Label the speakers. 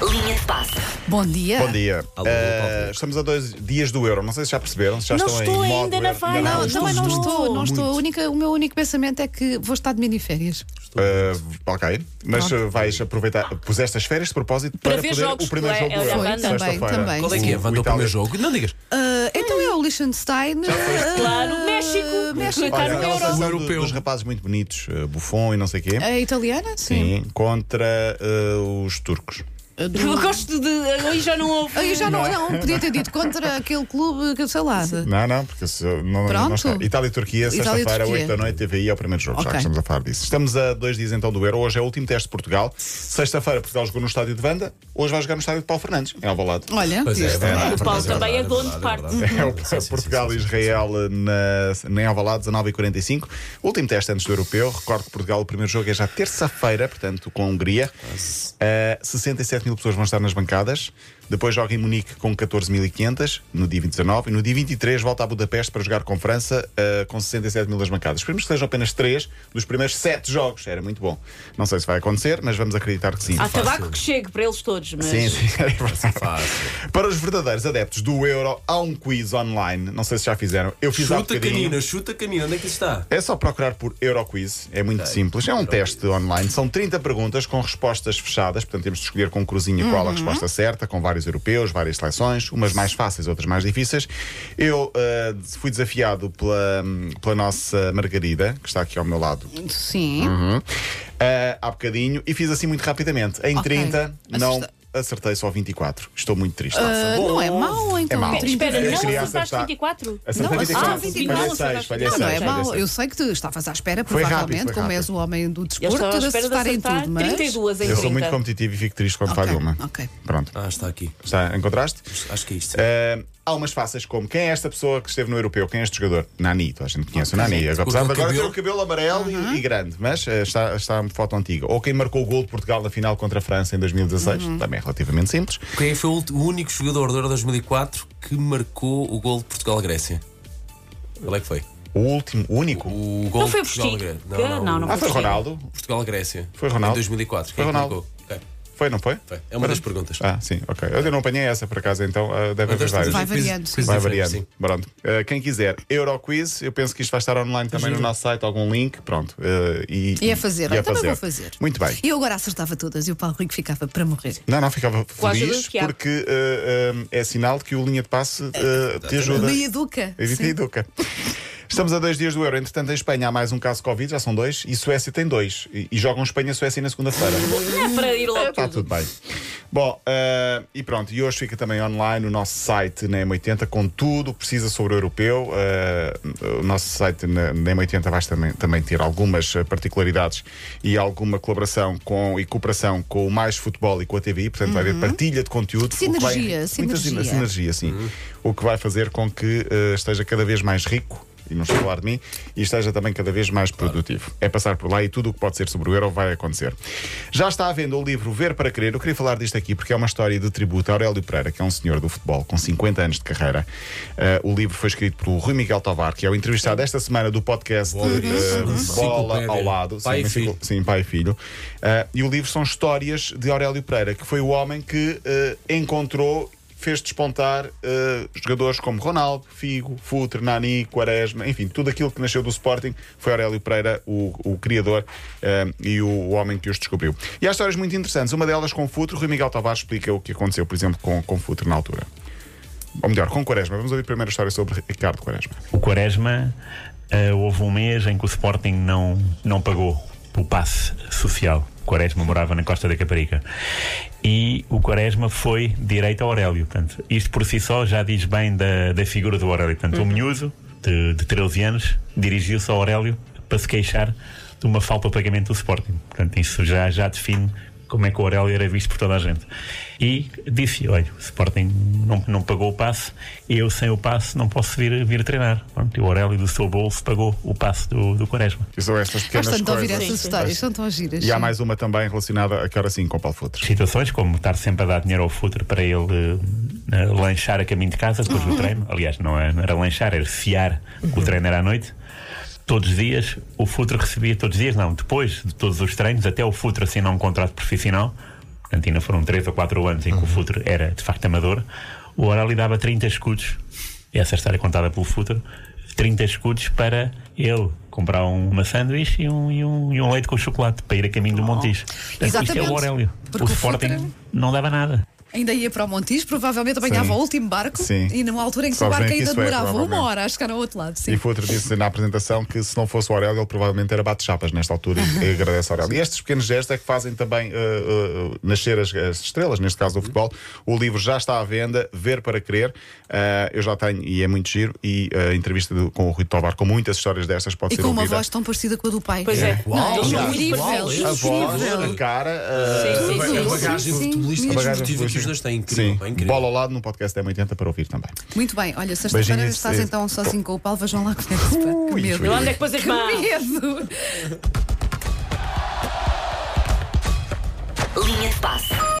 Speaker 1: Linha de passe.
Speaker 2: Bom dia.
Speaker 3: Bom dia.
Speaker 4: Alô,
Speaker 3: Eh,
Speaker 4: Paulo.
Speaker 3: estamos a dois dias do euro. Não sei se já perceberam, se já
Speaker 1: Não
Speaker 3: estão
Speaker 1: estou
Speaker 3: em modo
Speaker 1: ainda na
Speaker 3: euro.
Speaker 1: vibe.
Speaker 3: Ainda
Speaker 2: Não,
Speaker 1: Não,
Speaker 2: também
Speaker 1: estou,
Speaker 2: não estou, não
Speaker 3: muito.
Speaker 2: estou. A única, o meu único pensamento é que vou estar de miniférias.
Speaker 3: Eh, ok, mas
Speaker 2: Pronto.
Speaker 3: eh, vais aproveitar. Puseste as férias de propósito
Speaker 1: Para
Speaker 3: para,
Speaker 1: ver
Speaker 3: poder
Speaker 1: jogos,
Speaker 3: o primeiro
Speaker 1: é,
Speaker 3: jogo
Speaker 1: é,
Speaker 3: do
Speaker 1: Foi,
Speaker 3: Euro.
Speaker 2: também,
Speaker 3: Sexta-feira.
Speaker 2: também.
Speaker 4: Qual é que é? Vanda o
Speaker 3: Itália.
Speaker 4: primeiro jogo? Não digas.
Speaker 2: Ah, então é o Liechtenstein. ah,
Speaker 1: Claro, México. tá
Speaker 2: ah, México.
Speaker 1: Olha,
Speaker 3: Olha,
Speaker 1: Claro,
Speaker 3: aquela
Speaker 1: Euro. É.
Speaker 3: seleção do-
Speaker 4: Europeu.
Speaker 3: dos rapazes muito bonitos, eh, Buffon e não sei o quê.
Speaker 2: A italiana? Sim.
Speaker 3: Sim, contra eh, os turcos.
Speaker 1: Eu gosto de. Hoje já não houve.
Speaker 2: Aí Ah, já não, não, podia ter dito contra aquele clube, que sei lá. de-
Speaker 3: Não, não, porque se- não,
Speaker 2: Pronto.
Speaker 3: não está. Itália e Turquia,
Speaker 2: Itália e
Speaker 3: sexta-feira,
Speaker 2: Turquia.
Speaker 3: 8 da noite, TVI é o primeiro jogo, já
Speaker 2: Ok.
Speaker 3: que estamos a falar disso. Estamos a dois dias então do Euro. Hoje é o último teste de Portugal. Sexta-feira, Portugal jogou no estádio de Vanda. Hoje vai jogar no estádio de Paulo Fernandes, em Alvalade.
Speaker 2: Olha,
Speaker 4: Pois é,
Speaker 2: isto.
Speaker 4: é verdade,
Speaker 1: O Paulo
Speaker 4: verdade,
Speaker 1: também é
Speaker 4: verdade,
Speaker 1: dono de
Speaker 4: verdade,
Speaker 1: parte.
Speaker 4: verdade.
Speaker 3: É o
Speaker 4: Sim, sim, sim,
Speaker 3: Portugal e
Speaker 4: sim, sim.
Speaker 3: Israel na, em Alvalade, 19h45. Último teste antes do europeu. Recordo que Portugal, o primeiro jogo é já terça-feira, portanto, com a Hungria. Uh, 67 mil pessoas vão estar nas bancadas. Depois joga em Munique com 14.500 no dia 29. E no dia 23 volta a Budapeste para jogar com França uh, com 67 mil nas bancadas. Esperemos que sejam apenas 3 dos primeiros 7 jogos. Era muito bom. Não sei se vai acontecer, mas vamos acreditar que sim.
Speaker 1: Há tabaco que chegue para eles todos, mas.
Speaker 3: Sim, sim, é verdade.
Speaker 4: Fácil.
Speaker 3: Para os verdadeiros adeptos do Euro, há um quiz online. Não sei se já fizeram. Eu fiz há
Speaker 4: Chuta
Speaker 3: bocadinho.
Speaker 4: canina, chuta canina. Onde é que isso está?
Speaker 3: É só procurar por Euroquiz, é muito simples. É um teste online, são 30 perguntas com respostas fechadas, portanto temos de escolher com cruzinha qual
Speaker 4: Uhum.
Speaker 3: a resposta certa, com vários europeus, várias seleções, umas mais fáceis, outras mais difíceis. Eu ah, fui desafiado pela, pela nossa Margarida, que está aqui ao meu lado,
Speaker 2: Sim.
Speaker 3: Uhum. Ah, há bocadinho, e fiz assim muito rapidamente. Em
Speaker 2: Ok.
Speaker 3: 30, não
Speaker 2: Assusta-
Speaker 3: acertei só 24. Estou muito triste.
Speaker 2: Ah, não é mau, então.
Speaker 3: É mau.
Speaker 2: 30.
Speaker 1: Espera,
Speaker 3: Eu
Speaker 1: não
Speaker 3: queria
Speaker 1: acertaste
Speaker 3: acertar.
Speaker 1: 24?
Speaker 3: Acertei
Speaker 2: Não,
Speaker 3: 24.
Speaker 2: ah, 24,
Speaker 3: falhei
Speaker 1: acertaste.
Speaker 3: seis, falhei
Speaker 2: Não, não é
Speaker 3: seis, falhei
Speaker 2: mau.
Speaker 3: seis.
Speaker 2: Eu sei que tu estavas à espera,
Speaker 3: Foi rápido,
Speaker 2: provavelmente,
Speaker 3: foi
Speaker 2: como
Speaker 3: rápido.
Speaker 2: és o homem do
Speaker 1: Eu
Speaker 2: desporto,
Speaker 1: estava à
Speaker 2: de
Speaker 1: espera de
Speaker 2: acertar em
Speaker 1: acertar
Speaker 2: tudo, mas.
Speaker 1: 32 em
Speaker 3: Eu sou
Speaker 1: 30.
Speaker 3: muito competitivo e fico triste quando
Speaker 2: Ok,
Speaker 3: falho uma.
Speaker 2: ok.
Speaker 3: Pronto.
Speaker 4: Ah, está aqui.
Speaker 3: Está, encontraste?
Speaker 4: Acho que é isto.
Speaker 3: Ah, há umas fáceis como quem é esta pessoa que esteve no europeu? Quem é este jogador? Nani, toda a gente conhece o Nani.
Speaker 4: Sim.
Speaker 3: Apesar
Speaker 4: O
Speaker 3: de agora ter
Speaker 4: cabelo.
Speaker 3: o cabelo amarelo e- e, grande, mas ah, está, está uma foto antiga. Ou quem marcou o gol de Portugal na final contra a França em 2016,
Speaker 2: Uhum.
Speaker 3: também é relativamente simples.
Speaker 4: Quem foi o ulti- o único jogador do Euro 2004 que marcou o gol de Portugal-Grécia? Qual é que foi?
Speaker 3: O último, o único.
Speaker 4: O gol
Speaker 1: Não foi
Speaker 4: de Portugal-Grécia.
Speaker 1: vestido. Que- Não, não
Speaker 3: Ah, foi
Speaker 1: foi.
Speaker 3: Ronaldo?
Speaker 4: Portugal-Grécia.
Speaker 3: Foi Ronaldo.
Speaker 4: Em 2004.
Speaker 3: Foi
Speaker 4: Quem é que
Speaker 3: Ronaldo.
Speaker 4: marcou? Ok,
Speaker 3: Foi, não foi?
Speaker 4: foi. É uma das perguntas.
Speaker 3: Ah, sim, ok. Eu não apanhei essa por acaso, então ah, deve haver várias.
Speaker 2: Vai variando, sim.
Speaker 3: Vai variando. Pronto. Uh, quem quiser, Euroquiz, eu penso que isto vai estar online também no nosso site, algum link, pronto. Uh, e,
Speaker 2: E a fazer. Então
Speaker 3: e
Speaker 2: Eu também vou fazer.
Speaker 3: Muito bem.
Speaker 2: Eu agora acertava todas e o Paulo Rico ficava para morrer.
Speaker 3: Não, não, ficava
Speaker 1: Quase
Speaker 3: feliz
Speaker 1: desbloqueado.
Speaker 3: porque uh, um, é sinal de que o linha de passe uh, te ajuda.
Speaker 2: Me educa.
Speaker 3: E te
Speaker 2: Sim.
Speaker 3: educa. Estamos a dois dias do Euro. Entretanto, em Espanha há mais um caso Covid, já são dois, e Suécia tem dois. E, e jogam Espanha-Suécia na segunda-feira.
Speaker 1: É para ir logo
Speaker 3: Está
Speaker 1: tudo.
Speaker 3: tudo bem. Bom, eh, e pronto, e hoje fica também online o nosso site na M80 com tudo o que precisa sobre o europeu. Eh, o nosso site na, na M80 vai também, também ter algumas eh, particularidades e alguma colaboração com, e cooperação com o Mais Futebol e com a TVI, portanto vai haver partilha de conteúdo. o que vai-
Speaker 2: Uhum. Sinergia,
Speaker 3: muita sina-
Speaker 2: sinergia.
Speaker 3: sinergia, sim. O que vai fazer com que eh, esteja cada vez mais rico. E não estou a falar de mim, e esteja também cada vez mais produtivo. É passar por lá e tudo o que pode ser sobre o euro vai acontecer. Já está à venda o livro Ver para Querer. Eu queria falar disto aqui porque é uma história de tributo a Aurélio Pereira, que é um senhor do futebol com 50 anos de carreira. Eh, o livro foi escrito pelo Rui Miguel Tovar, que é o entrevistado esta semana do podcast
Speaker 4: Bola
Speaker 3: eh,
Speaker 4: disso.
Speaker 3: Bola
Speaker 4: Enciclopédia.
Speaker 3: ao Lado.
Speaker 4: Pai e
Speaker 3: enciclo-
Speaker 4: filho.
Speaker 3: Sim, pai e filho. Ah, e o livro são histórias de Aurélio Pereira, que foi o homem que ah, encontrou, fez despontar ah, jogadores como Ronaldo, Figo, Futre, Nani, Quaresma, enfim, tudo aquilo que nasceu do Sporting foi Aurélio Pereira, o, o criador ah, e o homem que os descobriu. E há histórias muito interessantes. Uma delas com Futre, Rui Miguel Tavares explica o que aconteceu, por exemplo, com, com Futre na altura. Ou melhor, com Quaresma. Vamos ouvir primeiro a história sobre Ricardo Quaresma.
Speaker 5: o Quaresma, eh, houve um mês em que o Sporting não, não pagou o passe social. O Quaresma morava na Costa da Caparica. E o Quaresma foi direito ao Aurélio. Portanto, isto por si só já diz bem da, da figura do Aurélio. Portanto, um miúdo de, de 13 anos dirigiu-se ao Aurélio para se queixar de uma falta de pagamento do Sporting. Portanto, isso já, já define como é que o Aurélio era visto por toda a gente. E disse: Olha, o Sporting não, não pagou o passe, eu sem o passe não posso vir, vir treinar. Pronto, e o Aurélio, do seu bolso, pagou o passe do, do Quaresma.
Speaker 3: Que são estas pequenas
Speaker 2: Gosto tanto de ouvir
Speaker 3: coisas.
Speaker 2: essas histórias, são tão giras.
Speaker 3: E há
Speaker 2: sim.
Speaker 3: mais uma também relacionada a que hora sim com o Paulo Futre.
Speaker 5: Situações como estar sempre a dar dinheiro ao futre para ele eh, eh, lanchar a caminho de casa depois do treino. Aliás, não era, não era lanchar, era fiar, porque o treino era à noite. Todos os dias, o futre recebia, todos os dias não, depois de todos os treinos, até o futre assinar um contrato profissional Portanto, ainda foram 3 ou 4 anos em
Speaker 2: Uhum.
Speaker 5: que o Futre era de facto amador. O Orali dava 30 escudos, essa é história contada pelo Futre, 30 escudos para ele comprar um- uma sanduíche e um, e um- e um leite com chocolate para ir a caminho do Montijo. Portanto, isto
Speaker 2: Oh.
Speaker 5: é
Speaker 2: Exatamente.
Speaker 5: o Aurélio.
Speaker 2: Porque
Speaker 5: o
Speaker 2: o
Speaker 5: Sporting
Speaker 2: Futre-
Speaker 5: não dava nada.
Speaker 2: Ainda ia para o Montijo, provavelmente apanhava
Speaker 3: Sim.
Speaker 2: o último barco
Speaker 3: Sim.
Speaker 2: e numa altura em que
Speaker 3: Sabes
Speaker 2: o barco
Speaker 3: bem que
Speaker 2: ainda
Speaker 3: isso é,
Speaker 2: demorava uma
Speaker 3: provavelmente.
Speaker 2: hora a chegar ao outro lado. Sim.
Speaker 3: E foi outro disse na apresentação que se não fosse o Aurélio, ele provavelmente era bate-chapas nesta altura e- e agradece ao Aurélio. E estes pequenos gestos é que fazem também eh, eh, nascer as, as estrelas, neste
Speaker 2: Uhum.
Speaker 3: caso do futebol. O livro já está à venda, Ver para Crer. Eh, eu já tenho e é muito giro. E eh, a entrevista do- com o Rui Tobar, com muitas histórias destas, pode
Speaker 2: E
Speaker 3: ser
Speaker 2: com uma
Speaker 3: ouvida.
Speaker 2: voz tão parecida com a do pai.
Speaker 1: Pois é.
Speaker 4: Uau,
Speaker 1: Eles são
Speaker 4: uau,
Speaker 1: incríveis.
Speaker 4: uau,
Speaker 3: a voz,
Speaker 2: incrível.
Speaker 3: a cara. eh,
Speaker 1: Sim, sim,
Speaker 4: É
Speaker 1: sim.
Speaker 4: a
Speaker 2: sim,
Speaker 4: bagagem futebolística
Speaker 2: mesmo.
Speaker 4: e
Speaker 3: a bagagem
Speaker 4: desportiva que os dois têm. Incrível,
Speaker 3: Sim.
Speaker 4: pá, incrível.
Speaker 3: Bola ao lado no podcast da 80 para ouvir também.
Speaker 2: Muito bem, olha, sexta-feira
Speaker 3: Beijinhos,
Speaker 2: estás
Speaker 3: eh,
Speaker 2: então sozinho com o Paulo, vejam lá como é que se faz. Que
Speaker 3: Ui,
Speaker 2: medo.
Speaker 1: Eu ando é que depois é que vá.
Speaker 2: Que medo!
Speaker 6: Linha de passe.